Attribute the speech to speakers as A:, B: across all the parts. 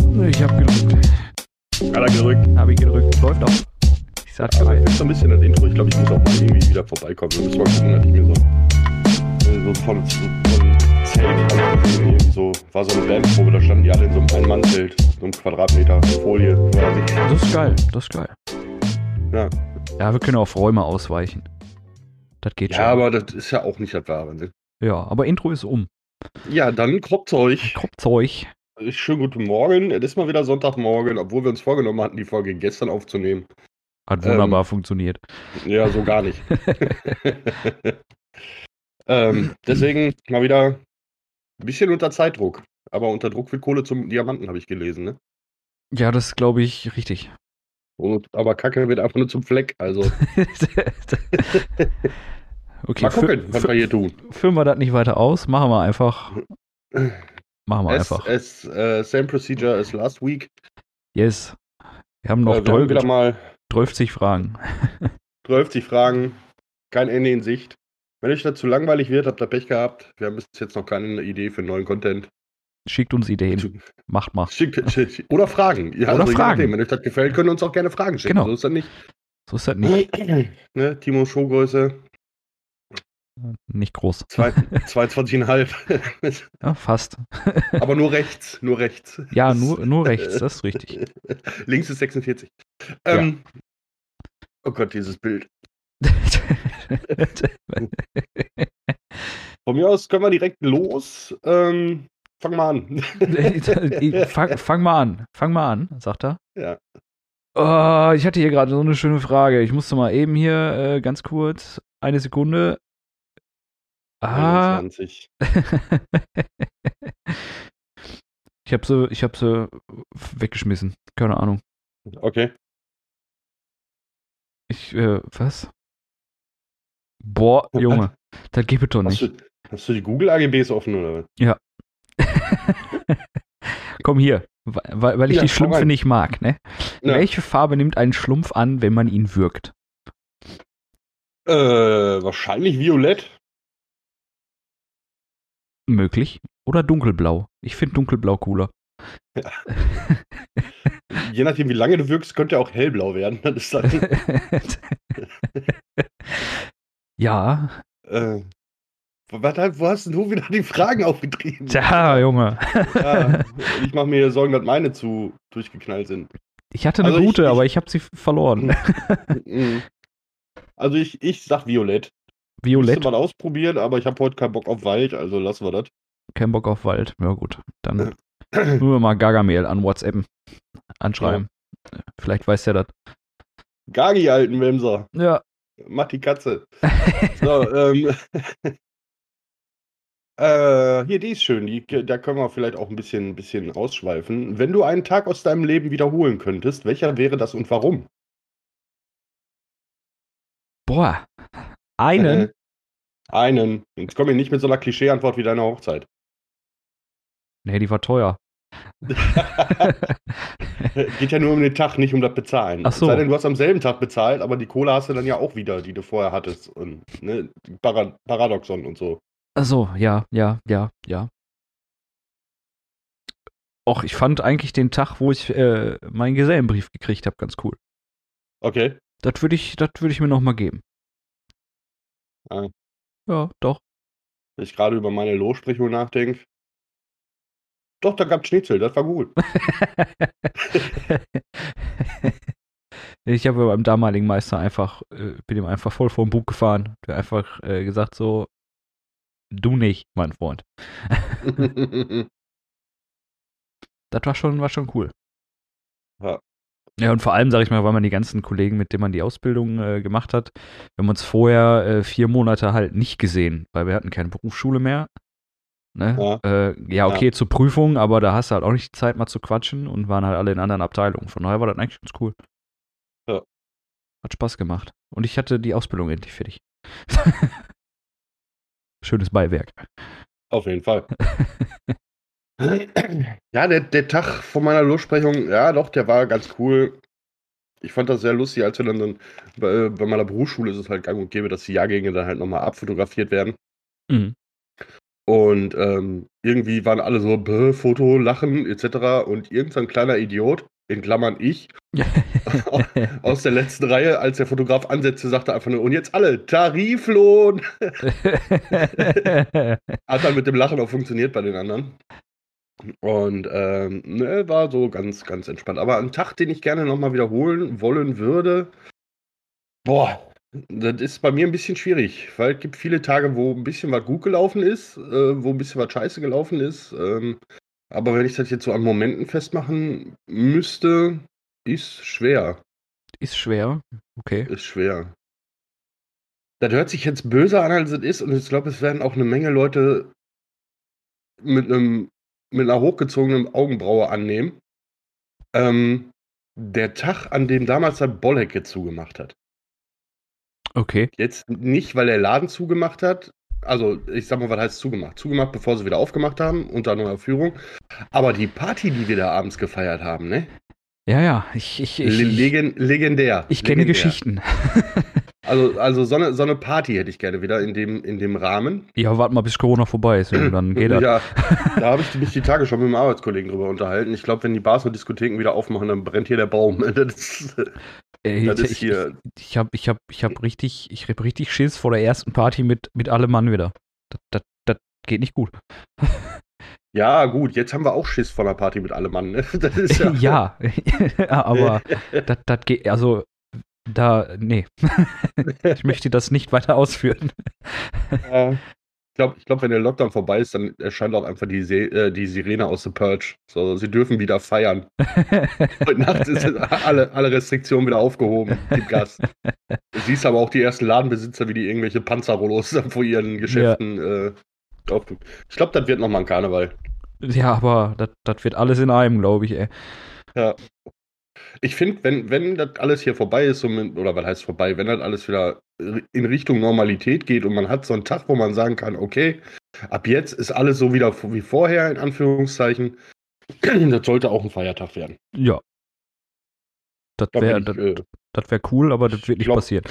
A: Ich habe gedrückt.
B: Hat er gerückt.
A: Habe ich gedrückt. Läuft auch. Ich sag
B: Aber
A: dir.
B: ich so ein bisschen das Intro. Ich glaube, ich muss auch mal irgendwie wieder vorbeikommen. Wir müssen mal gucken, dass ich mir so, äh, so von, so von Zelt also irgendwie so, war so eine Bandprobe, da standen die alle in so einem Einmannzelt, so einem Quadratmeter Folie quasi.
A: Das ist geil. Das ist geil.
B: Ja.
A: Ja, wir können auf Räume ausweichen. Das geht
B: ja,
A: schon.
B: aber das ist ja auch nicht das Wahre. Ne?
A: ja, aber Intro ist um.
B: Ja, dann kroppt euch.
A: Kropfzeug.
B: Schönen guten Morgen. Es ist mal wieder Sonntagmorgen, obwohl wir uns vorgenommen hatten, die Folge gestern aufzunehmen.
A: Hat
B: Ähm.
A: wunderbar funktioniert.
B: Ja, so gar nicht. ähm, deswegen mal wieder ein bisschen unter Zeitdruck. Aber unter Druck wird Kohle zum Diamanten, habe ich gelesen. Ne?
A: Ja, das ist, glaube ich, richtig.
B: Und, aber Kacke wird einfach nur zum Fleck. Also
A: okay,
B: mal gucken, was
A: fü-
B: wir hier tun.
A: fü- führen wir das nicht weiter aus. Machen wir einfach. Machen wir
B: Es,
A: einfach.
B: es, äh, same procedure as last week.
A: Yes. Wir haben noch
B: äh, wir haben wieder
A: 12
B: mal
A: 12 Fragen.
B: 12 Fragen, kein Ende in Sicht. Wenn euch das zu langweilig wird, habt ihr Pech gehabt. Wir haben bis jetzt noch keine Idee für neuen Content.
A: Schickt uns Ideen.
B: Zu-
A: Macht mal.
B: Schickt, schickt, oder Fragen. Ja, also
A: Oder
B: je
A: Fragen.
B: nachdem. Wenn euch das gefällt, könnt ihr uns auch gerne Fragen schicken.
A: Genau.
B: So ist das nicht.
A: So ist das nicht,
B: ne, Timo Showgröße,
A: nicht groß.
B: zwei- 22,5.
A: Ja, fast.
B: Aber nur rechts, nur rechts.
A: Ja, nur, nur rechts. Das ist richtig.
B: Links ist 46. Ähm, Oh Gott, dieses Bild. Von mir aus können wir direkt los. Ähm, fang mal an.
A: fang, fang mal an, fang mal an, sagt er.
B: Ja.
A: Oh, ich hatte hier gerade so eine schöne Frage. Ich musste mal eben hier äh, ganz kurz eine Sekunde. Ah,
B: 21.
A: ich habe sie, ich habe sie weggeschmissen. Keine Ahnung.
B: Okay.
A: Ich, äh, was? Boah, Junge, das gibt es doch
B: Hast
A: nicht.
B: du, hast du die Google-AGBs offen oder was?
A: Komm hier, weil- weil, weil ich
B: Ja,
A: die
B: komm
A: Schlumpfe
B: rein.
A: nicht mag, ne?
B: Ja.
A: Welche Farbe nimmt ein Schlumpf an, wenn man ihn würgt?
B: Äh, wahrscheinlich violett.
A: Möglich. Oder dunkelblau. Ich finde dunkelblau cooler.
B: Je nachdem, wie lange du wirkst, könnte er auch hellblau werden. Das ist halt, dann,
A: ja.
B: äh, wo, warte, wo hast denn du wieder die Fragen aufgetrieben?
A: Tja, Junge.
B: Ja, ich mache mir Sorgen, dass meine zu durchgeknallt sind.
A: Ich hatte eine
B: Also ich-
A: gute,
B: ich- Hm.
A: aber ich habe sie verloren.
B: Mhm. Also ich, ich sag Violett.
A: Violett,
B: Müsste man ausprobieren, aber ich habe heute keinen Bock auf Wald, also lassen wir das.
A: kein Bock auf Wald. Ja gut, dann müssen wir mal Gargamel an WhatsAppen anschreiben. Vielleicht weiß der das.
B: Gagi, alten Wemser.
A: Ja.
B: Mach die Katze. So, ähm. Äh, hier, die ist schön. Die, da können wir vielleicht auch ein bisschen, ein bisschen ausschweifen. Wenn du einen Tag aus deinem Leben wiederholen könntest, welcher wäre das und warum?
A: Boah. Einen?
B: Äh, einen. Jetzt komm mir nicht mit so einer Klischee-Antwort wie deiner Hochzeit.
A: Nee, die war teuer.
B: Geht ja nur um den Tag, nicht um das Bezahlen.
A: Ach so.
B: Es Sei denn, du hast am selben Tag bezahlt, aber die Kohle hast du dann ja auch wieder, die du vorher hattest. Und, ne, Para Paradoxon und so.
A: Achso, ja, ja, ja, ja. Och, ich fand eigentlich den Tag, wo ich äh, meinen Gesellenbrief gekriegt habe, ganz cool.
B: Okay.
A: Das würde ich, das würde ich mir nochmal geben.
B: Ah.
A: Ja, doch.
B: Wenn ich gerade über meine Lossprechung nachdenke. Doch, da gab Schnitzel, das war gut.
A: ich habe beim damaligen Meister einfach, äh, bin ihm einfach voll vor den Bug gefahren. Der einfach äh, gesagt so, du nicht, mein Freund. Das war schon, war schon cool.
B: Ja.
A: Ja, und vor allem, sage ich mal, weil man die ganzen Kollegen, mit denen man die Ausbildung äh, gemacht hat, wir haben uns vorher äh, vier Monate halt nicht gesehen, weil wir hatten keine Berufsschule mehr. Ne? Ja. Äh, ja, okay, zur Prüfung, aber da hast du halt auch nicht die Zeit, mal zu quatschen und waren halt alle in anderen Abteilungen. Von daher war das eigentlich ganz cool.
B: Ja.
A: Hat Spaß gemacht. Und ich hatte die Ausbildung endlich fertig. Schönes Beiwerk.
B: Auf jeden Fall. ja, der, der Tag von meiner Lossprechung, ja, doch, der war ganz cool. Ich fand das sehr lustig, als wir dann, dann bei, bei meiner Berufsschule ist es halt gang und gäbe, dass die Jahrgänge dann halt nochmal abfotografiert werden.
A: Mhm.
B: Und ähm, irgendwie waren alle so, Bäh, Foto, Lachen etc. Und irgendein kleiner Idiot, in Klammern ich, aus der letzten Reihe, als der Fotograf ansetzte, sagte einfach nur, und jetzt alle, Tariflohn! Hat dann mit dem Lachen auch funktioniert bei den anderen. Und ähm, ne, war so ganz, ganz entspannt. Aber ein Tag, den ich gerne nochmal wiederholen wollen würde, boah, das ist bei mir ein bisschen schwierig, weil es gibt viele Tage, wo ein bisschen was gut gelaufen ist, äh, wo ein bisschen was scheiße gelaufen ist. Ähm, aber wenn ich das jetzt so an Momenten festmachen müsste, ist schwer.
A: Ist schwer, okay.
B: Ist schwer. Das hört sich jetzt böser an, als es ist, und ich glaube, es werden auch eine Menge Leute mit einem mit einer hochgezogenen Augenbraue annehmen. Ähm, der Tag, an dem damals der Bollecke zugemacht hat.
A: Okay.
B: Jetzt nicht, weil der Laden zugemacht hat. Also, ich sag mal, was heißt zugemacht? Zugemacht, bevor sie wieder aufgemacht haben, unter neuer Führung. Aber die Party, die wir da abends gefeiert haben, ne?
A: Ja, ja. Ich, ich, ich,
B: Legen, legendär.
A: Ich
B: legendär.
A: kenne Geschichten.
B: also, also so, eine, so eine Party hätte ich gerne wieder in dem, in dem Rahmen.
A: Ja, warte mal, bis Corona vorbei ist, und dann geht das.
B: Ja, da habe ich mich die Tage schon mit einem Arbeitskollegen drüber unterhalten. Ich glaube, wenn die Bars und Diskotheken wieder aufmachen, dann brennt hier der Baum. Das,
A: Ey,
B: das ist
A: ich,
B: hier-
A: Äh, Ich, ich habe ich hab, ich hab richtig, ich hab richtig Schiss vor der ersten Party mit, mit allem Mann wieder. Das, das, das geht nicht gut.
B: ja, gut, jetzt haben wir auch Schiss von der Party mit allem Mann. Ne? Das ist
A: Ja,
B: ja,
A: aber das, das geht, also da, nee. ich möchte das nicht weiter ausführen.
B: Äh, Ich glaube, ich glaub, wenn der Lockdown vorbei ist, dann erscheint auch einfach die, Se äh, die Sirene aus The Purge. So, sie dürfen wieder feiern. Heute Nacht ist alle, alle Restriktionen wieder aufgehoben. Gib Gas. Du siehst aber auch die ersten Ladenbesitzer, wie die irgendwelche Panzerrollos dann vor ihren Geschäften äh, aufbauen. Ich glaube, das wird nochmal ein Karneval.
A: ja, aber das, das wird alles in einem, glaube ich, ey.
B: Ich finde, wenn, wenn das alles hier vorbei ist, so mit, oder was heißt vorbei, wenn das alles wieder in Richtung Normalität geht und man hat so einen Tag, wo man sagen kann, okay, ab jetzt ist alles so wieder wie vorher, in Anführungszeichen, das sollte auch ein Feiertag werden.
A: Ja. Das
B: Da
A: wäre
B: bin
A: das,
B: ich, äh,
A: das wär cool, aber das wird nicht
B: glaub-
A: passieren.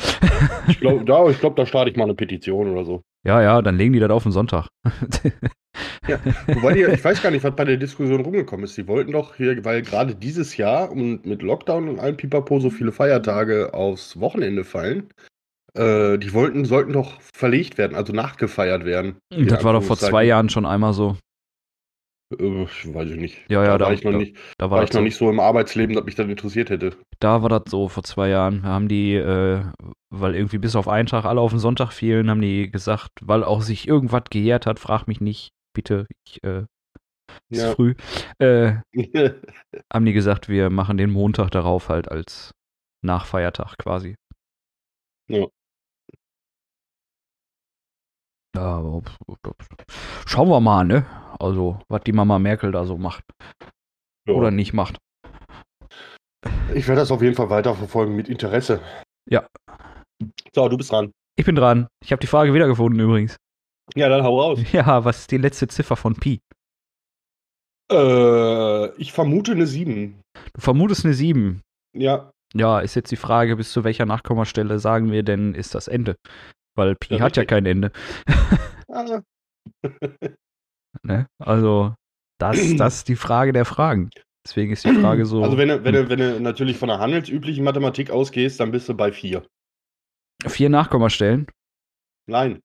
B: ich glaube, da, ich glaub, da starte ich mal eine Petition oder so.
A: Ja, ja, dann legen die das auf den Sonntag.
B: Wobei die, ich weiß gar nicht, was bei der Diskussion rumgekommen ist. Die wollten doch hier, weil gerade dieses Jahr und mit Lockdown und allem Pipapo so viele Feiertage aufs Wochenende fallen, äh, die wollten, sollten doch verlegt werden, also nachgefeiert werden. In
A: das war doch vor zwei Jahren schon einmal so.
B: Äh, ich weiß ich nicht.
A: Ja, ja,
B: da
A: da-
B: war ich noch,
A: da-
B: nicht,
A: Da
B: war
A: war,
B: ich
A: das
B: noch
A: so.
B: nicht so im Arbeitsleben, dass mich das interessiert hätte.
A: Da war das so vor zwei Jahren. Da haben die, äh, weil irgendwie bis auf einen Tag alle auf den Sonntag fielen, haben die gesagt, weil auch sich irgendwas gejährt hat, frag mich nicht, bitte, ich, äh, ist
B: Ja.
A: früh. Äh,
B: ja,
A: haben die gesagt, wir machen den Montag darauf halt als Nachfeiertag quasi.
B: Ja.
A: Ja, aber pf- pf- schauen wir mal, ne? Also, was die Mama Merkel da so macht oder nicht macht.
B: Ich werde das auf jeden Fall weiterverfolgen mit Interesse.
A: Ja.
B: So, du bist dran.
A: Ich bin dran. Ich habe die Frage wiedergefunden übrigens.
B: Ja, dann hau raus.
A: Ja, was ist die letzte Ziffer von Pi?
B: Äh, ich vermute eine 7.
A: Du vermutest eine 7.
B: Ja,
A: Ja, ist jetzt die Frage, bis zu welcher Nachkommastelle sagen wir denn, ist das Ende? Weil Pi
B: Ja,
A: hat ja
B: richtig.
A: kein Ende.
B: Ah,
A: Ne? Also, das, das ist die Frage der Fragen. Deswegen ist die Frage so. hm.
B: Also wenn du, wenn, du, wenn du natürlich von der handelsüblichen Mathematik ausgehst, dann bist du bei 4.
A: vier Nachkommastellen?
B: Nein.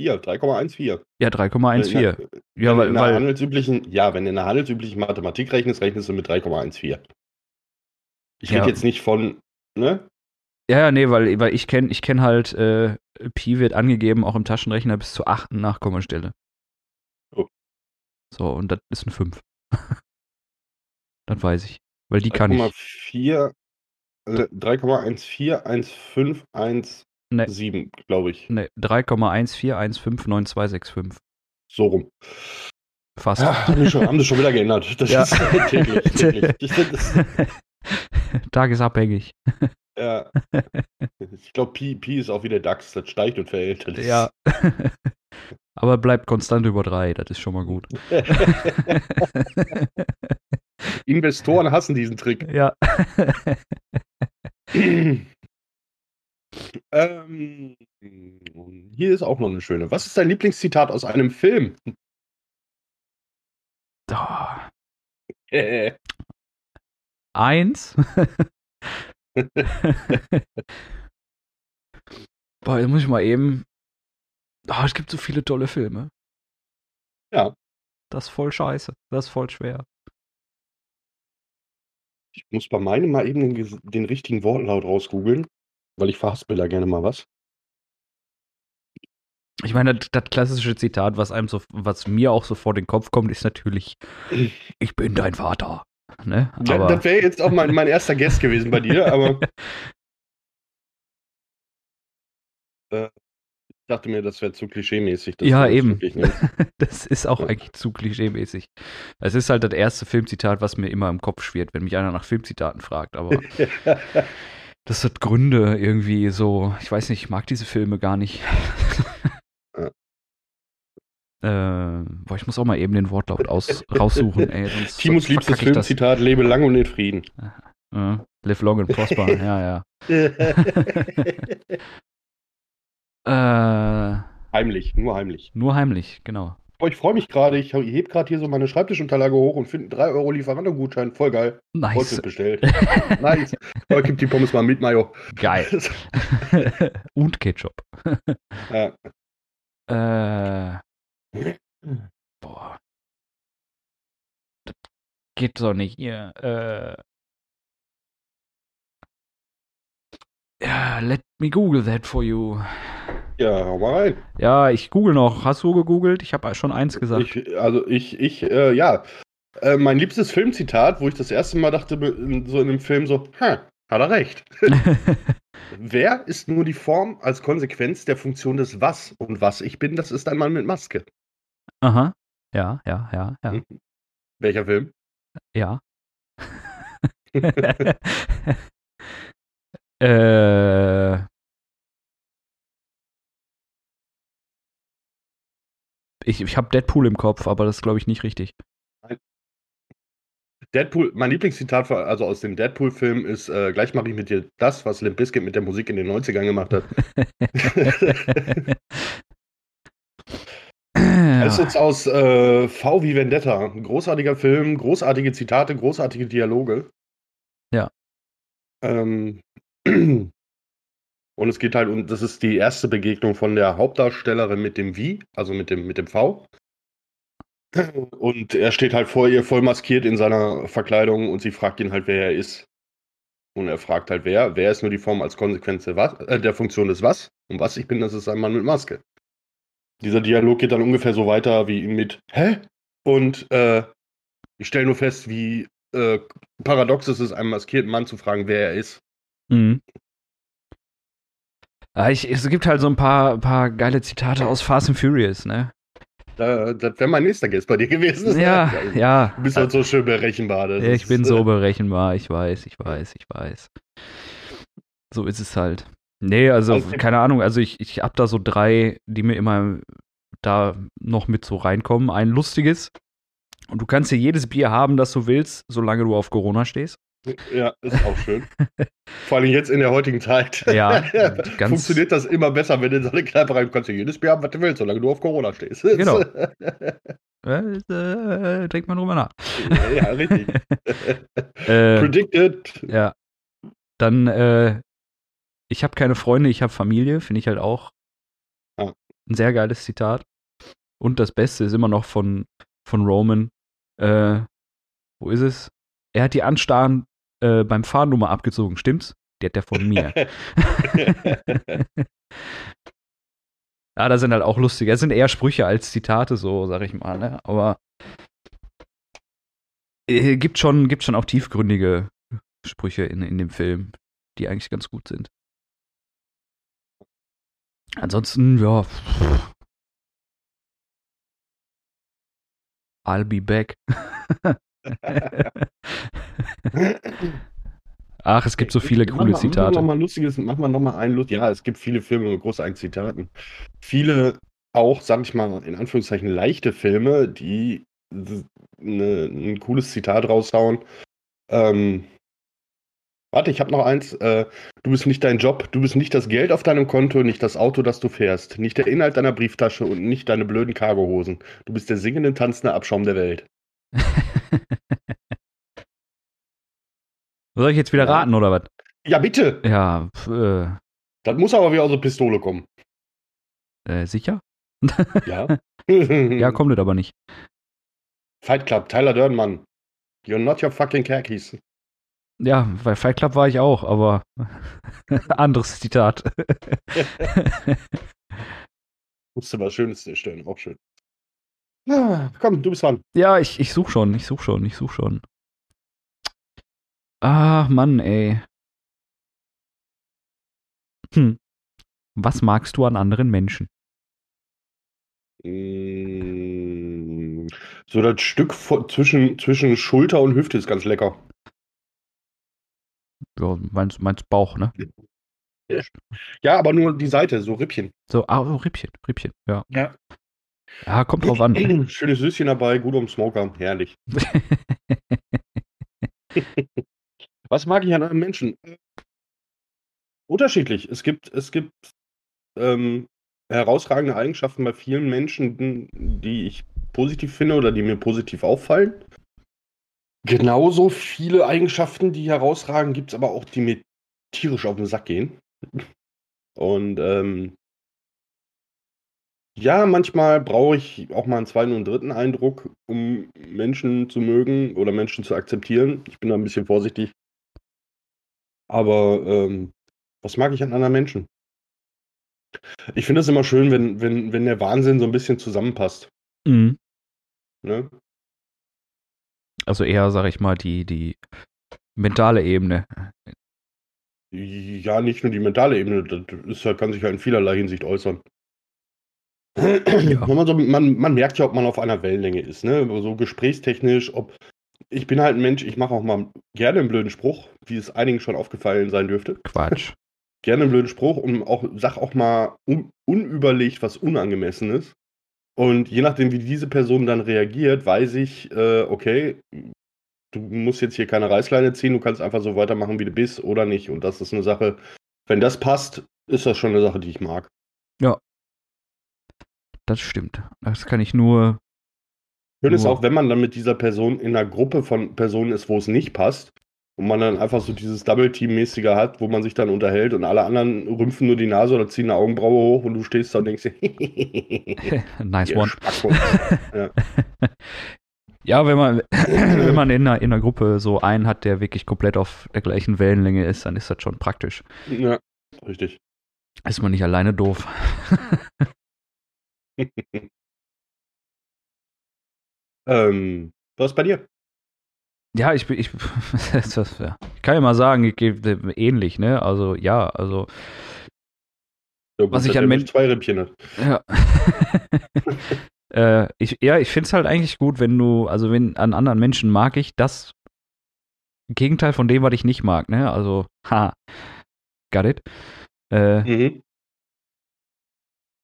B: 4, 3,14.
A: Ja, 3,14.
B: Wenn du-
A: Ja, weil,
B: wenn du in der
A: weil
B: handelsüblichen, ja, wenn du in der handelsüblichen Mathematik rechnest, rechnest du mit 3,14. Ich
A: Ja.
B: rede jetzt nicht von, ne?
A: ja, ja, nee, weil, weil ich kenne ich kenn halt, äh, Pi wird angegeben, auch im Taschenrechner bis zur achten Nachkommastelle.
B: Oh.
A: So, und das ist ein 5. das weiß ich. Weil die kann ich.
B: 3,4 äh, 3,141517, glaube ich.
A: Ne, 3,14159265.
B: So rum.
A: Fast.
B: Ja, haben, die schon, haben die schon wieder geändert. Das
A: Ja.
B: ist täglich, täglich. Ich, das,
A: Tagesabhängig.
B: ja. ich glaube, Pi, Pi ist auch wie der DAX. Das steigt und fällt. Das ist-
A: Ja. Aber bleibt konstant über 3, das ist schon mal gut.
B: Investoren hassen diesen Trick.
A: ja.
B: ähm, hier ist auch noch eine schöne. Was ist dein Lieblingszitat aus einem Film?
A: Oh. Eins. Boah, jetzt muss ich mal eben. Oh, es gibt so viele tolle Filme.
B: Ja.
A: Das ist voll scheiße. Das ist voll schwer.
B: Ich muss bei meinem mal eben den, den richtigen Wortlaut rausgoogeln, weil ich verhaspel da gerne mal was.
A: Ich meine, das, das klassische Zitat, was einem so, was mir auch so vor den Kopf kommt, ist natürlich, ich bin dein Vater. Ne?
B: Ja, das wäre jetzt auch mein, mein erster Guest gewesen bei dir, aber äh, ich dachte mir, das wäre zu klischeemäßig.
A: Ja, eben. das ist auch ja. eigentlich zu klischeemäßig. Es ist halt das erste Filmzitat, was mir immer im Kopf schwirrt, wenn mich einer nach Filmzitaten fragt, aber das hat Gründe irgendwie so, ich weiß nicht, ich mag diese Filme gar nicht. Äh, boah, ich muss auch mal eben den Wortlaut aus, raussuchen. Ey,
B: Timos liebstes Filmzitat: Lebe lang und in Frieden.
A: Äh, live long and prosper, ja, ja. äh,
B: heimlich, nur heimlich.
A: Nur heimlich, genau.
B: Oh, ich freue mich gerade, ich hebe gerade hier so meine Schreibtischunterlage hoch und finde 3 Euro Lieferando-Gutschein. Voll geil.
A: Nice.
B: Heute bestellt. nice. Oh, ich gebe die Pommes mal mit Mayo.
A: Geil. und Ketchup.
B: Ja.
A: Äh. Boah. Das geht doch nicht hier. Äh. Ja, let me google that for you.
B: Ja, hau mal rein.
A: Ja, ich google noch. Hast du gegoogelt? Ich habe schon eins gesagt.
B: Ich, also ich, ich, äh, ja. Äh, mein liebstes Filmzitat, wo ich das erste Mal dachte, so in einem Film so, ha, hat er recht. Wer ist nur die Form als Konsequenz der Funktion des Was? Und was ich bin, das ist ein Mann mit Maske.
A: Aha. Ja, ja, ja, ja. Hm.
B: Welcher Film?
A: Ja. äh, ich ich habe Deadpool im Kopf, aber das glaube ich nicht richtig.
B: Deadpool, mein Lieblingszitat von, also aus dem Deadpool-Film ist, äh, gleich mache ich mit dir das, was Limp Bizkit mit der Musik in den 90ern gemacht hat. Es ist jetzt aus äh, V wie Vendetta. Ein großartiger Film, großartige Zitate, großartige Dialoge.
A: Ja.
B: Ähm, und es geht halt um, das ist die erste Begegnung von der Hauptdarstellerin mit dem Wie, also mit dem, mit dem V. Und er steht halt vor ihr voll maskiert in seiner Verkleidung und sie fragt ihn halt, wer er ist. Und er fragt halt, wer. Wer ist nur die Form als Konsequenz der, was, äh, der Funktion des Was? Und was ich bin, das ist ein Mann mit Maske. Dieser Dialog geht dann ungefähr so weiter wie mit Hä? Und äh, ich stelle nur fest, wie äh, paradox ist es ist, einem maskierten Mann zu fragen, wer er ist.
A: Mhm. Ich, es gibt halt so ein paar, paar geile Zitate aus Fast and Furious, ne?
B: das wäre mein nächster Gast bei dir gewesen.
A: Ja, ja.
B: Du bist halt so schön berechenbar. äh,
A: ich bin so berechenbar, ich weiß, ich weiß, ich weiß. So ist es halt. Nee, also, also keine Ahnung, also ich, ich habe da so drei, die mir immer da noch mit so reinkommen. Ein lustiges. Und du kannst hier jedes Bier haben, das du willst, solange du auf Corona stehst.
B: Ja, ist auch schön. Vor allem jetzt in der heutigen Zeit.
A: Ja,
B: funktioniert das immer besser, wenn du in so eine Kneipe rein kannst. Du jedes Bier haben, was du willst, solange du auf Corona stehst.
A: Genau. äh, denkt man drüber nach.
B: Ja, ja richtig. äh, Predicted.
A: Ja. Dann, äh, ich habe keine Freunde, ich habe Familie, finde ich halt auch
B: ah.
A: ein sehr geiles Zitat. Und das Beste ist immer noch von, von Roman. Äh, wo ist es? Er hat die Anstarren äh, beim Fahrnummer abgezogen, stimmt's? Die hat der von mir. ja, da sind halt auch lustige. Das sind eher Sprüche als Zitate, so sag ich mal, ne? Aber äh, gibt, schon, gibt schon auch tiefgründige Sprüche in, in dem Film, die eigentlich ganz gut sind. Ansonsten, ja. Pff. I'll be back. Ach, es gibt so viele ich, coole
B: mach,
A: Zitate.
B: Mach mal lustiges, mach mal noch mal ein Lust. Ja, es gibt viele Filme mit großartigen Zitaten. Viele auch, sag ich mal, in Anführungszeichen leichte Filme, die ne, ein cooles Zitat raushauen. Ähm, warte, ich habe noch eins. Äh, du bist nicht dein Job, du bist nicht das Geld auf deinem Konto, nicht das Auto, das du fährst, nicht der Inhalt deiner Brieftasche und nicht deine blöden Cargohosen. Du bist der singende, tanzende Abschaum der Welt.
A: Soll ich jetzt wieder
B: Ja.
A: raten oder was?
B: Ja, bitte!
A: Ja, pf, äh,
B: Das muss aber wieder aus der Pistole kommen.
A: äh, sicher?
B: Ja? Mhm.
A: Ja, kommt das aber nicht.
B: Fight Club, Tyler Dörnmann. You're not your fucking khakis.
A: Ja, bei Fight Club war ich auch, aber anderes Zitat.
B: Musste was Schönes erstellen, auch schön. Ja, komm, du bist dran.
A: Ja, ich, ich such schon, ich such schon, ich such schon. Ach, Mann, ey. Hm. Was magst du an anderen Menschen?
B: Mm, So das Stück vor, zwischen, zwischen Schulter und Hüfte ist ganz lecker.
A: Ja, meinst, meinst Bauch, ne?
B: Ja, aber nur die Seite, so Rippchen.
A: So, ah, oh, Rippchen, Rippchen, ja.
B: Ja.
A: Ja, kommt drauf an.
B: Schönes Süßchen dabei, gut um Smoker, herrlich. Was mag ich an einem Menschen? Unterschiedlich. Es gibt, es gibt ähm, herausragende Eigenschaften bei vielen Menschen, die ich positiv finde oder die mir positiv auffallen. Genauso viele Eigenschaften, die herausragen, gibt es aber auch, die mir tierisch auf den Sack gehen. Und ähm, ja, manchmal brauche ich auch mal einen zweiten und einen dritten Eindruck, um Menschen zu mögen oder Menschen zu akzeptieren. Ich bin da ein bisschen vorsichtig. Aber ähm, was mag ich an anderen Menschen? Ich finde es immer schön, wenn, wenn, wenn der Wahnsinn so ein bisschen zusammenpasst.
A: Mhm.
B: Ne?
A: Also eher, sag ich mal, die, die mentale Ebene.
B: Ja, nicht nur die mentale Ebene, das ist halt, kann sich ja in vielerlei Hinsicht äußern. Wenn Man, so, man, man merkt ja, ob man auf einer Wellenlänge ist, ne? So gesprächstechnisch, ob. Ich bin halt ein Mensch, ich mache auch mal gerne einen blöden Spruch, wie es einigen schon aufgefallen sein dürfte.
A: Quatsch.
B: Gerne einen blöden Spruch und auch, sag auch mal un, unüberlegt, was unangemessen ist. Und je nachdem, wie diese Person dann reagiert, weiß ich, äh, okay, du musst jetzt hier keine Reißleine ziehen, du kannst einfach so weitermachen, wie du bist oder nicht. Und das ist eine Sache, wenn das passt, ist das schon eine Sache, die ich mag.
A: Das stimmt. Das kann ich nur.
B: Schön ist
A: Nur-
B: auch, wenn man dann mit dieser Person in einer Gruppe von Personen ist, wo es nicht passt und man dann einfach so dieses Double-Team-mäßige hat, wo man sich dann unterhält und alle anderen rümpfen nur die Nase oder ziehen eine Augenbraue hoch und du stehst da und denkst dir,
A: nice
B: ihr
A: one.
B: Spackos.
A: Ja, wenn man, wenn man in, einer, in einer Gruppe so einen hat, der wirklich komplett auf der gleichen Wellenlänge ist, dann ist das schon praktisch.
B: ja, richtig.
A: Ist man nicht alleine doof.
B: Ähm, was ist bei dir?
A: Ja, ich bin, ich, das ist- ja. ich kann ja mal sagen, ich gehe dem ähnlich, ne? Also ja, also
B: Ja, gut,
A: Was ich
B: dass
A: an
B: der
A: Men-
B: Mensch zwei Rippchen hat.
A: ja. äh, ich, ja, ich finde es halt eigentlich gut, wenn du, also wenn an anderen Menschen mag ich das Gegenteil von dem, was ich nicht mag, ne? Also, ha, got it. Äh,
B: Mhm.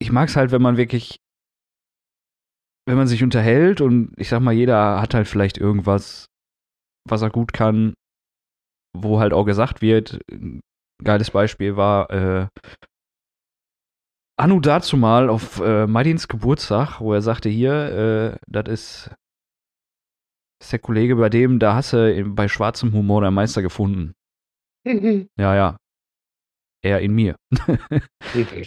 A: ich mag es halt, wenn man wirklich, wenn man sich unterhält und ich sag mal, jeder hat halt vielleicht irgendwas, was er gut kann, wo halt auch gesagt wird, ein geiles Beispiel war, äh, Anu dazu mal auf äh, Madins Geburtstag, wo er sagte, hier, äh, das ist, ist der Kollege, bei dem, da hast du im- bei schwarzem Humor der Meister gefunden. Ja, ja. Er in mir.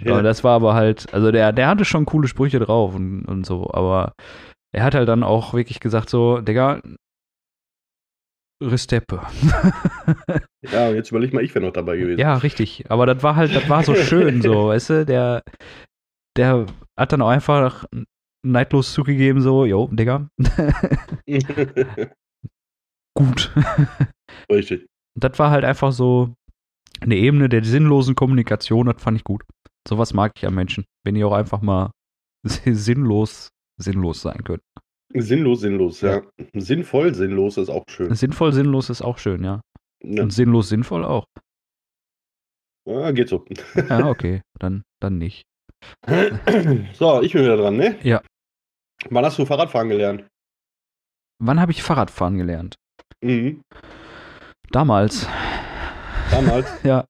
A: Aber das war aber halt, also der, der hatte schon coole Sprüche drauf und, und so, aber er hat halt dann auch wirklich gesagt so, Digga, Resteppe.
B: Ja, jetzt überleg mal, ich wäre noch dabei gewesen.
A: Ja, richtig. Aber das war halt, das war so schön so, weißt du, der, der hat dann auch einfach neidlos zugegeben so, jo, Digga, gut.
B: richtig.
A: Das war halt einfach so eine Ebene der sinnlosen Kommunikation, das fand ich gut. Sowas mag ich an Menschen, wenn die auch einfach mal sinnlos, sinnlos sein können.
B: Sinnlos, sinnlos, ja. Sinnvoll, sinnlos ist auch schön.
A: Sinnvoll, sinnlos ist auch schön, ja.
B: Ja.
A: Und sinnlos, sinnvoll auch.
B: Ah, geht so.
A: Ja, okay, dann, dann nicht.
B: So, ich bin wieder dran, ne?
A: Ja.
B: Wann hast du Fahrradfahren gelernt?
A: Wann habe ich Fahrradfahren gelernt?
B: Mhm.
A: Damals.
B: Damals
A: Ja.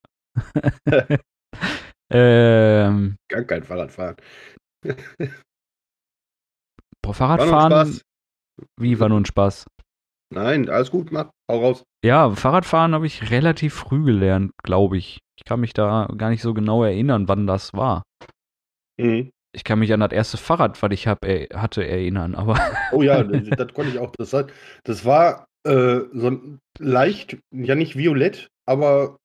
A: ähm,
B: gar kein Fahrradfahren.
A: boah,
B: War noch
A: Fahrradfahren.
B: Spaß.
A: Wie war nur ein Spaß.
B: Nein, alles gut, mach, hau raus.
A: Ja, Fahrradfahren habe ich relativ früh gelernt, glaube ich. Ich kann mich da gar nicht so genau erinnern, wann das war.
B: Mhm.
A: Ich kann mich an das erste Fahrrad, was ich hab, er, hatte, erinnern, aber.
B: Oh ja, das, das konnte ich auch. Das, hat, das war äh, so ein leicht, ja nicht violett, aber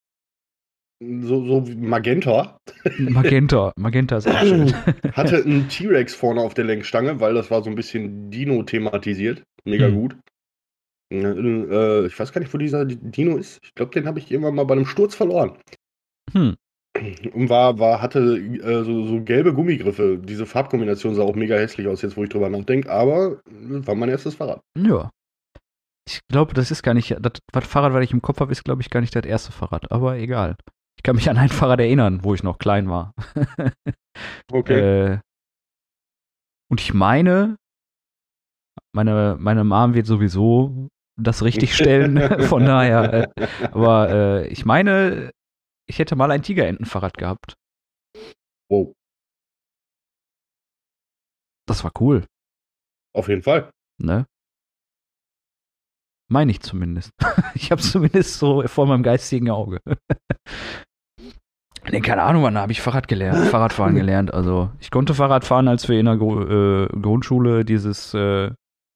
B: so, so wie Magenta.
A: Magenta, Magenta ist auch schön.
B: Hatte einen T-Rex vorne auf der Lenkstange, weil das war so ein bisschen Dino thematisiert. Mega
A: Hm.
B: gut. Äh, äh, ich weiß gar nicht, wo dieser Dino ist. Ich glaube, den habe ich irgendwann mal bei einem Sturz verloren.
A: Hm.
B: Und war, war, hatte äh, so, so gelbe Gummigriffe. Diese Farbkombination sah auch mega hässlich aus, jetzt wo ich drüber nachdenke, aber äh, war mein erstes Fahrrad.
A: Ja. Ich glaube, das ist gar nicht. Das, das Fahrrad, was ich im Kopf habe, ist, glaube ich, gar nicht das erste Fahrrad. Aber egal. Ich kann mich an ein Fahrrad erinnern, wo ich noch klein war.
B: Okay.
A: Äh, und ich meine, meine, meine Mom wird sowieso das richtig stellen. Von daher. Äh, aber äh, ich meine, ich hätte mal ein Tigerentenfahrrad gehabt.
B: Wow.
A: Das war cool,
B: Auf jeden Fall.
A: ne? Meine ich zumindest. ich habe zumindest so vor meinem geistigen Auge. nee, keine Ahnung, wann habe ich Fahrrad gelernt, Fahrradfahren gelernt. Also ich konnte Fahrrad fahren, als wir in der Gru- äh, Grundschule dieses äh,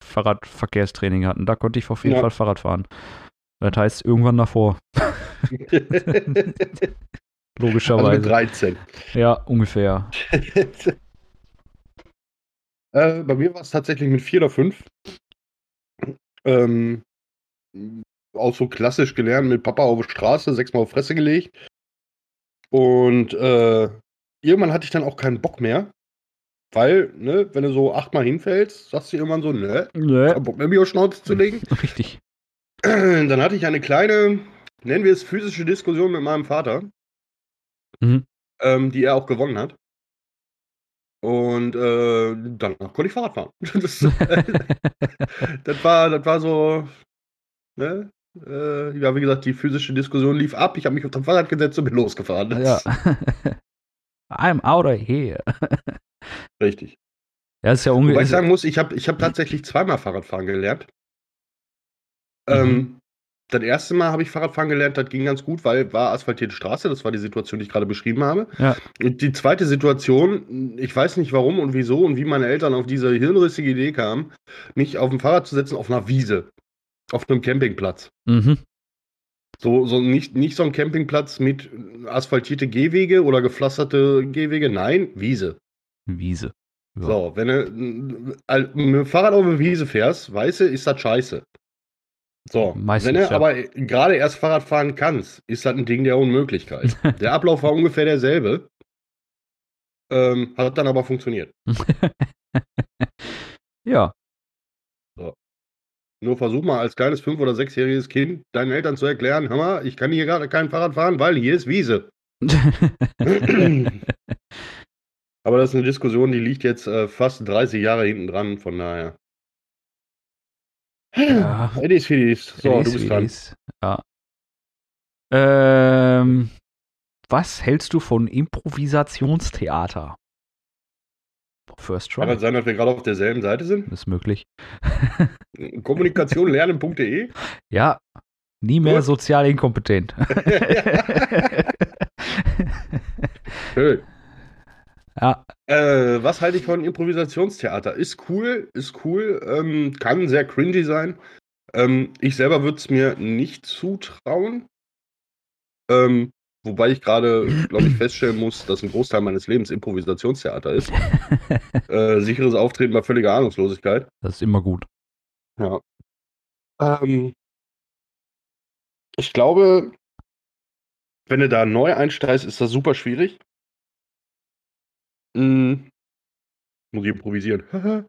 A: Fahrradverkehrstraining hatten. Da konnte ich auf jeden
B: Ja.
A: Fall Fahrrad fahren. Das heißt, irgendwann davor,
B: also mit
A: logischerweise.
B: 13.
A: ja, ungefähr.
B: äh, bei mir war es tatsächlich mit vier oder fünf. Ähm, auch so klassisch gelernt, mit Papa auf die Straße, sechsmal auf Fresse gelegt. Und äh, irgendwann hatte ich dann auch keinen Bock mehr. Weil, ne, wenn du so achtmal hinfällst, sagst du irgendwann so, ne,
A: Nee.
B: keinen Bock mehr, mir auf die Schnauze zu legen.
A: Richtig.
B: Dann hatte ich eine kleine, nennen wir es physische Diskussion mit meinem Vater,
A: Mhm.
B: ähm, die er auch gewonnen hat. Und äh, danach konnte ich Fahrrad fahren. Das, äh, das, war, das war so, ne? Äh, ja, wie gesagt, die physische Diskussion lief ab. Ich habe mich auf dem Fahrrad gesetzt und bin losgefahren.
A: ja.
B: Das
A: I'm out of here.
B: Richtig.
A: Ja, ist ja
B: Wobei ich
A: ungefähr.
B: sagen muss, ich habe ich hab tatsächlich zweimal Fahrradfahren gelernt.
A: Mhm.
B: Ähm, das erste Mal habe ich Fahrradfahren gelernt, das ging ganz gut, weil war asphaltierte Straße, das war die Situation, die ich gerade beschrieben habe.
A: Ja.
B: Und die zweite Situation, ich weiß nicht warum und wieso und wie meine Eltern auf diese hirnrissige Idee kamen, mich auf dem Fahrrad zu setzen auf einer Wiese, auf einem Campingplatz.
A: Mhm.
B: So, so nicht, nicht so ein Campingplatz mit asphaltierte Gehwege oder gepflasterte Gehwege, nein, Wiese.
A: Wiese. Ja.
B: So, wenn du n- al- mit dem Fahrrad auf eine Wiese fährst, weißt du, ist das scheiße. So,
A: Meistens,
B: wenn du
A: ja.
B: aber gerade erst Fahrrad fahren kannst, ist das ein Ding der Unmöglichkeit. der Ablauf war ungefähr derselbe. Ähm, hat dann aber funktioniert.
A: Ja.
B: Nur versuch mal als kleines fünf- oder sechsjähriges Kind deinen Eltern zu erklären, hör mal, ich kann hier gerade kein Fahrrad fahren, weil hier ist Wiese. aber das ist eine Diskussion, die liegt jetzt äh, fast 30 Jahre hinten dran, von daher.
A: Ja.
B: It is, it is. So,
A: It
B: du
A: is,
B: bist
A: it
B: dran.
A: is. Ja. Ähm, was hältst du von Improvisationstheater? First
B: Kann
A: try.
B: das sein, dass wir gerade auf derselben Seite sind?
A: ist möglich.
B: Kommunikationlernen.de?
A: Ja, nie mehr
B: Gut.
A: sozial inkompetent.
B: Schön.
A: ja,
B: Äh, was halte ich von Improvisationstheater? Ist cool, ist cool, ähm, kann sehr cringy sein. Ähm, ich selber würde es mir nicht zutrauen. Ähm, wobei ich gerade, glaube ich, feststellen muss, dass ein Großteil meines Lebens Improvisationstheater ist. äh, sicheres Auftreten bei völliger Ahnungslosigkeit.
A: das ist immer gut.
B: Ja. Ähm, ich glaube, wenn du da neu einsteigst, ist das super schwierig.
A: Mhm.
B: Mm. Muss ich improvisieren.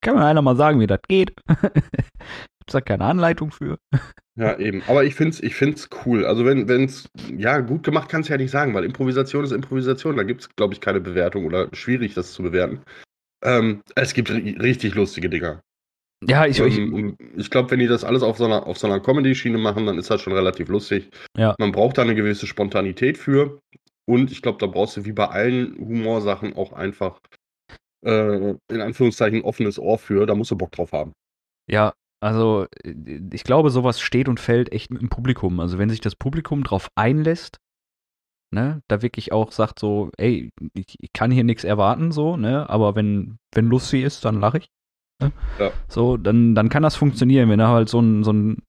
A: Kann mir einer mal sagen, wie das geht? Gibt's da keine Anleitung für?
B: ja, eben. Aber ich finde es ich find's cool. Also, wenn es, ja, gut gemacht kannst du ja nicht sagen, weil Improvisation ist Improvisation. Da gibt es, glaube ich, keine Bewertung oder schwierig, das zu bewerten. Ähm, es gibt ri richtig lustige Dinger.
A: Ja, ich, ich,
B: Ähm, ich glaube, wenn die das alles auf so einer, auf so einer Comedy-Schiene machen, dann ist das schon relativ lustig.
A: Ja.
B: Man braucht da eine gewisse Spontanität für. Und ich glaube, da brauchst du wie bei allen Humorsachen auch einfach äh, in Anführungszeichen offenes Ohr für, da musst du Bock drauf haben.
A: Ja, also ich glaube, sowas steht und fällt echt mit dem Publikum. Also wenn sich das Publikum drauf einlässt, ne, da wirklich auch sagt so, ey, ich, ich kann hier nichts erwarten, so, ne, aber wenn, wenn lustig ist, dann lache ich. Ne? Ja. So, dann, dann kann das funktionieren. Wenn du halt so ein, so ein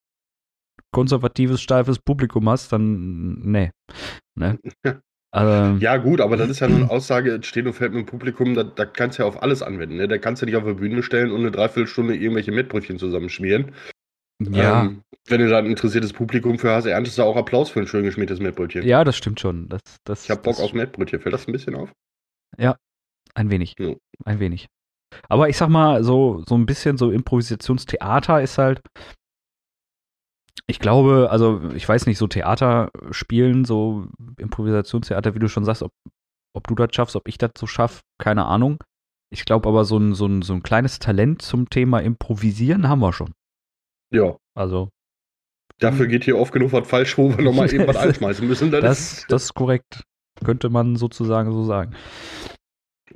A: konservatives, steifes Publikum hast, dann nee. Ne? Ähm,
B: Also, ja, gut, aber
A: Mhm.
B: das ist ja nur eine Aussage, stehen und fällt mit dem Publikum, da, da kannst du ja auf alles anwenden. Ne? Da kannst du dich auf die Bühne stellen und eine Dreiviertelstunde irgendwelche Mettbrötchen zusammenschmieren.
A: Ja. Ähm,
B: wenn du da ein interessiertes Publikum für hast, erntest du auch Applaus für ein schön geschmiertes Mettbrötchen.
A: Ja, das stimmt schon. Das, das,
B: ich hab Bock auf Mettbrötchen. Fällt das ein bisschen auf?
A: Ja, ein wenig. Ja. Ein wenig. Aber ich sag mal, so, so ein bisschen so Improvisationstheater ist halt, ich glaube, also ich weiß nicht, so Theater spielen, so Improvisationstheater, wie du schon sagst, ob, ob du das schaffst, ob ich das so schaffe, keine Ahnung. Ich glaube aber, so ein, so, ein, so ein kleines Talent zum Thema Improvisieren haben wir schon.
B: Ja.
A: Also. Mhm.
B: Dafür geht hier oft genug was falsch, wo wir nochmal eben was einschmeißen müssen.
A: Das, das, das ist korrekt. Könnte man sozusagen so sagen.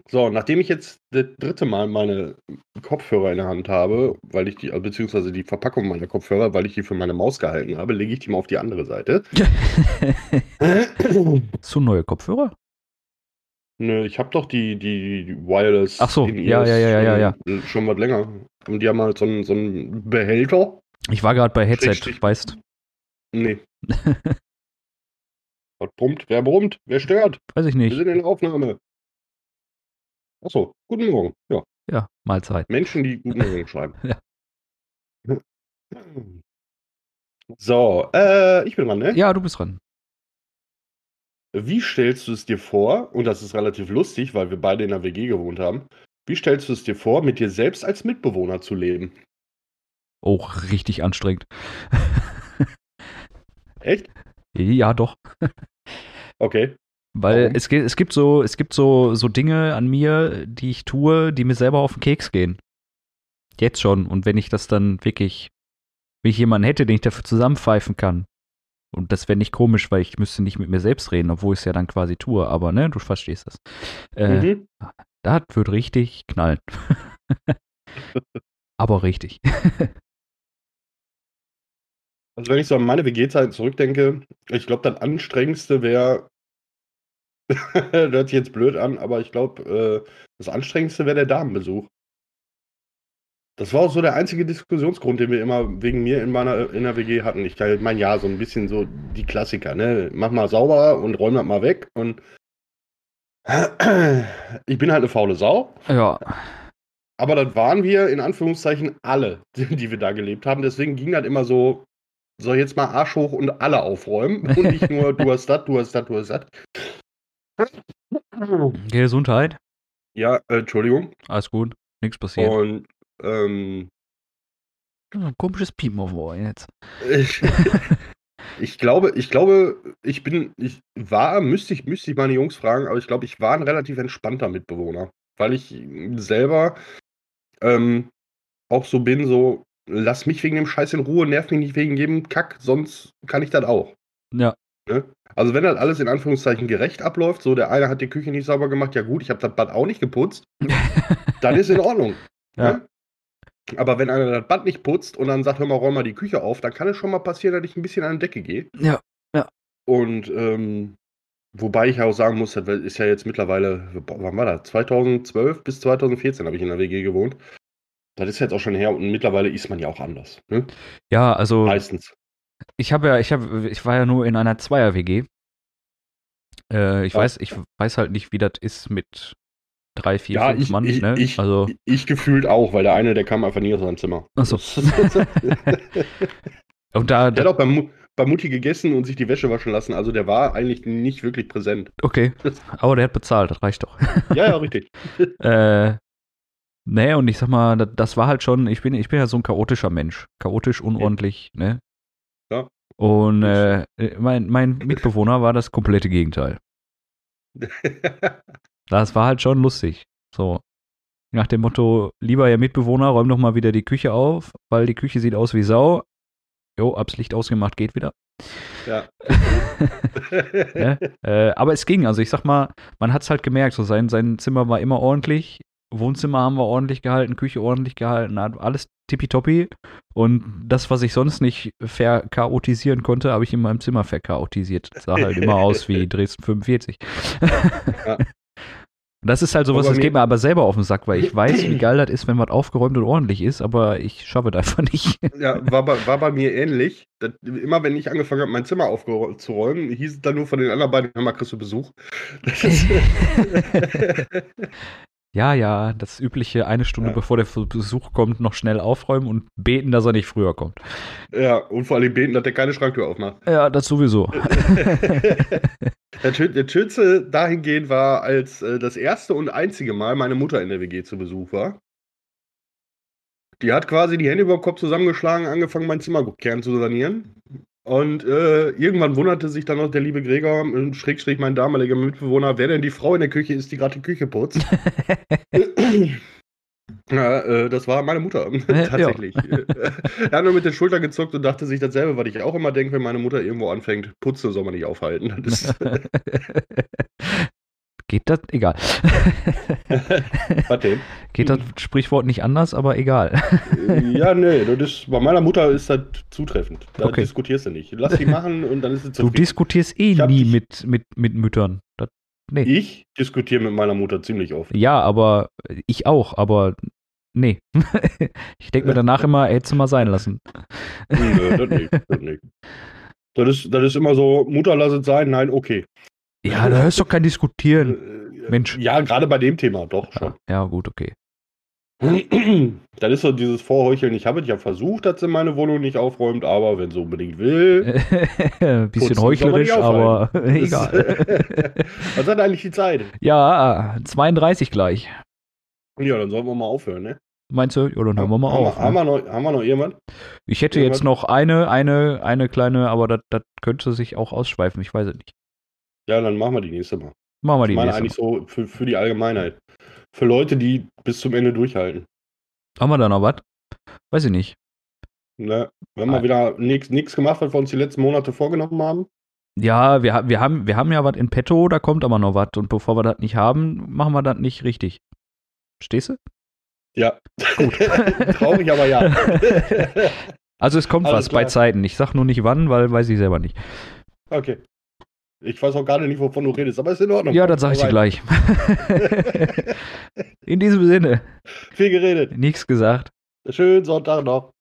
B: So, nachdem ich jetzt das dritte Mal meine Kopfhörer in der Hand habe, weil ich die, also beziehungsweise die Verpackung meiner Kopfhörer, weil ich die für meine Maus gehalten habe, lege ich die mal auf die andere Seite.
A: Zu neue Kopfhörer?
B: Nö, ich habe doch die, die, die Wireless.
A: Ach so, ja, ja, ja, ja, ja.
B: Schon, schon was länger. Und die haben halt so einen, so einen Behälter.
A: Ich war gerade bei Headset, Richtig. weißt.
B: Nee. was brummt? Wer brummt? Wer stört?
A: Weiß ich nicht.
B: Wir sind in der Aufnahme. Achso, guten Morgen. Ja.
A: Ja, Mahlzeit.
B: Menschen, die guten Morgen schreiben.
A: ja.
B: So, äh, ich bin dran, ne?
A: Ja, du bist dran.
B: Wie stellst du es dir vor, und das ist relativ lustig, weil wir beide in der WG gewohnt haben, wie stellst du es dir vor, mit dir selbst als Mitbewohner zu leben?
A: Auch oh, richtig anstrengend.
B: Echt?
A: Ja, doch.
B: Okay.
A: Weil Warum? es, gibt, es gibt so, es gibt so, so Dinge an mir, die ich tue, die mir selber auf den Keks gehen. Jetzt schon. Und wenn ich das dann wirklich, wenn ich jemanden hätte, den ich dafür zusammenpfeifen kann. Und das wäre nicht komisch, weil ich müsste nicht mit mir selbst reden, obwohl ich es ja dann quasi tue, aber ne, du verstehst das. Äh, mhm. Das wird richtig knallen. aber richtig.
B: also wenn ich so an meine WG-Zeit zurückdenke, ich glaube, das Anstrengendste wäre, hört sich jetzt blöd an, aber ich glaube, äh, das Anstrengendste wäre der Damenbesuch. Das war auch so der einzige Diskussionsgrund, den wir immer wegen mir in meiner in der WG hatten. Ich mein ja, so ein bisschen so die Klassiker, ne? Mach mal sauber und räum das mal weg und ich bin halt eine faule Sau.
A: Ja.
B: Aber das waren wir in Anführungszeichen alle, die wir da gelebt haben. Deswegen ging das immer so, so jetzt mal Arsch hoch und alle aufräumen und nicht nur du hast das, du hast das, du hast das.
A: Gesundheit.
B: Ja, äh, Entschuldigung.
A: Alles gut, nichts passiert.
B: Und ähm,
A: ein komisches Piepen auf dem Ohr jetzt.
B: Ich, ich glaube, ich glaube, ich bin, ich war, müsste ich, müsste ich meine Jungs fragen, aber ich glaube, ich war ein relativ entspannter Mitbewohner, weil ich selber ähm, auch so bin, so lass mich wegen dem Scheiß in Ruhe, nerv mich nicht wegen jedem Kack, sonst kann ich das auch.
A: Ja.
B: Ne? Also wenn das alles in Anführungszeichen gerecht abläuft, so der eine hat die Küche nicht sauber gemacht, ja gut, ich habe das Bad auch nicht geputzt, dann ist in Ordnung.
A: Ja. Ne?
B: Aber wenn einer das Bad nicht putzt und dann sagt, hör mal, räum mal die Küche auf, dann kann es schon mal passieren, dass ich ein bisschen an die Decke gehe.
A: Ja, ja.
B: Und ähm, wobei ich auch sagen muss, das ist ja jetzt mittlerweile, boah, wann war das? 2012 bis 2014 habe ich in der WG gewohnt. Das ist jetzt auch schon her und mittlerweile ist man ja auch anders. Ne?
A: Ja, also.
B: Meistens.
A: Ich habe ja, ich habe, ich war ja nur in einer Zweier-WG. Äh, ich ja. weiß, ich weiß halt nicht, wie das ist mit drei, vier,
B: ja,
A: fünf
B: ich,
A: Mann.
B: Ich,
A: ne?
B: ich,
A: also
B: ich gefühlt auch, weil der eine, der kam einfach nie aus seinem Zimmer.
A: Achso. und da,
B: der hat auch bei, Mu bei Mutti gegessen und sich die Wäsche waschen lassen. Also der war eigentlich nicht wirklich präsent.
A: Okay. Aber der hat bezahlt, das reicht doch.
B: ja, ja, richtig.
A: äh, Nee, und ich sag mal, das, das war halt schon, ich bin, ich bin ja so ein chaotischer Mensch. Chaotisch, unordentlich, ja. ne?
B: Ja.
A: Und äh, mein, mein Mitbewohner war das komplette Gegenteil. das war halt schon lustig. So. Nach dem Motto, lieber Herr Mitbewohner, räum doch mal wieder die Küche auf, weil die Küche sieht aus wie Sau. Jo, ab's Licht ausgemacht, geht wieder.
B: Ja.
A: Ne? ja? Äh, aber es ging, also ich sag mal, man hat's halt gemerkt, so sein, sein Zimmer war immer ordentlich, Wohnzimmer haben wir ordentlich gehalten, Küche ordentlich gehalten, alles tippitoppi. Und das, was ich sonst nicht verchaotisieren konnte, habe ich in meinem Zimmer verchaotisiert. Das sah halt immer aus wie Dresden 45. ja. Das ist halt sowas, aber das geht mir aber selber auf den Sack, weil ich weiß, wie geil das ist, wenn was aufgeräumt und ordentlich ist, aber ich schaffe das einfach nicht.
B: Ja, war bei, war bei mir ähnlich. Das, immer wenn ich angefangen habe, mein Zimmer aufzuräumen, hieß es dann nur von den anderen beiden, hör mal, kriegst du Besuch.
A: ja, ja, das übliche eine Stunde ja. bevor der Besuch kommt, noch schnell aufräumen und beten, dass er nicht früher kommt.
B: Ja, und vor allem beten, dass der keine Schranktür aufmacht.
A: Ja, das sowieso.
B: Der, schönste dahingehend war, als äh, das erste und einzige Mal meine Mutter in der WG zu Besuch war. Die hat quasi die Hände über den Kopf zusammengeschlagen, angefangen, mein Zimmerkern zu sanieren. Und äh, irgendwann wunderte sich dann auch der liebe Gregor, äh, Schrägstrich mein damaliger Mitbewohner, wer denn die Frau in der Küche ist, die gerade die Küche putzt. Ja, äh, das war meine Mutter, tatsächlich. Äh, er hat nur mit den Schultern gezuckt und dachte sich dasselbe, was ich auch immer denke, wenn meine Mutter irgendwo anfängt, putzen soll man nicht aufhalten. Das
A: Geht das? Egal.
B: was denn?
A: Geht das Sprichwort nicht anders, aber egal.
B: ja, nee, das ist, bei meiner Mutter ist das zutreffend. Da okay. diskutierst du nicht. Lass die machen und dann ist es
A: zufrieden. Du diskutierst eh nie dich. mit, mit, mit Müttern. Das
B: Nee. Ich diskutiere mit meiner Mutter ziemlich oft.
A: Ja, aber ich auch, aber nee. ich denke mir danach immer, hättest du mal sein lassen.
B: Nö, das nicht, das nicht. Das ist, das ist immer so, Mutter, lass es sein, nein, okay. Äh,
A: Ja, da hörst du doch kein Diskutieren, Mensch.
B: Ja, gerade bei dem Thema, doch schon.
A: Ja, gut, okay.
B: Dann ist so dieses Vorheucheln, ich habe ja versucht, dass sie meine Wohnung nicht aufräumt, aber wenn sie unbedingt will.
A: Bisschen heuchlerisch, aber egal.
B: Was hat eigentlich die Zeit?
A: Ja, 32 gleich.
B: Ja, dann sollten wir mal aufhören, ne?
A: Meinst du? Ja, dann hören wir mal
B: haben
A: auf.
B: Wir, ne? haben, wir noch, haben wir noch jemand?
A: Ich hätte jemand? jetzt noch eine, eine, eine kleine, aber das könnte sich auch ausschweifen, ich weiß es nicht.
B: Ja, dann machen wir die nächste Mal.
A: Machen wir die
B: ich meine
A: nächste
B: eigentlich mal. so für, für die Allgemeinheit für Leute, die bis zum Ende durchhalten.
A: Haben wir da noch was? Weiß ich nicht.
B: Ne, wenn wir wieder nichts gemacht, was wir uns die letzten Monate vorgenommen haben.
A: Ja, wir, wir, haben, wir haben ja was in petto, da kommt aber noch was. Und bevor wir das nicht haben, machen wir das nicht richtig. Stehst du?
B: Ja. Gut. Traurig, aber ja.
A: also es kommt Alles was klar. bei Zeiten. Ich sag nur nicht wann, weil weiß ich selber nicht.
B: Okay. Ich weiß auch gerade nicht, wovon du redest, aber ist in Ordnung.
A: Ja, dann sage ich dir gleich. in diesem Sinne.
B: Viel geredet.
A: Nichts gesagt.
B: Schönen Sonntag noch.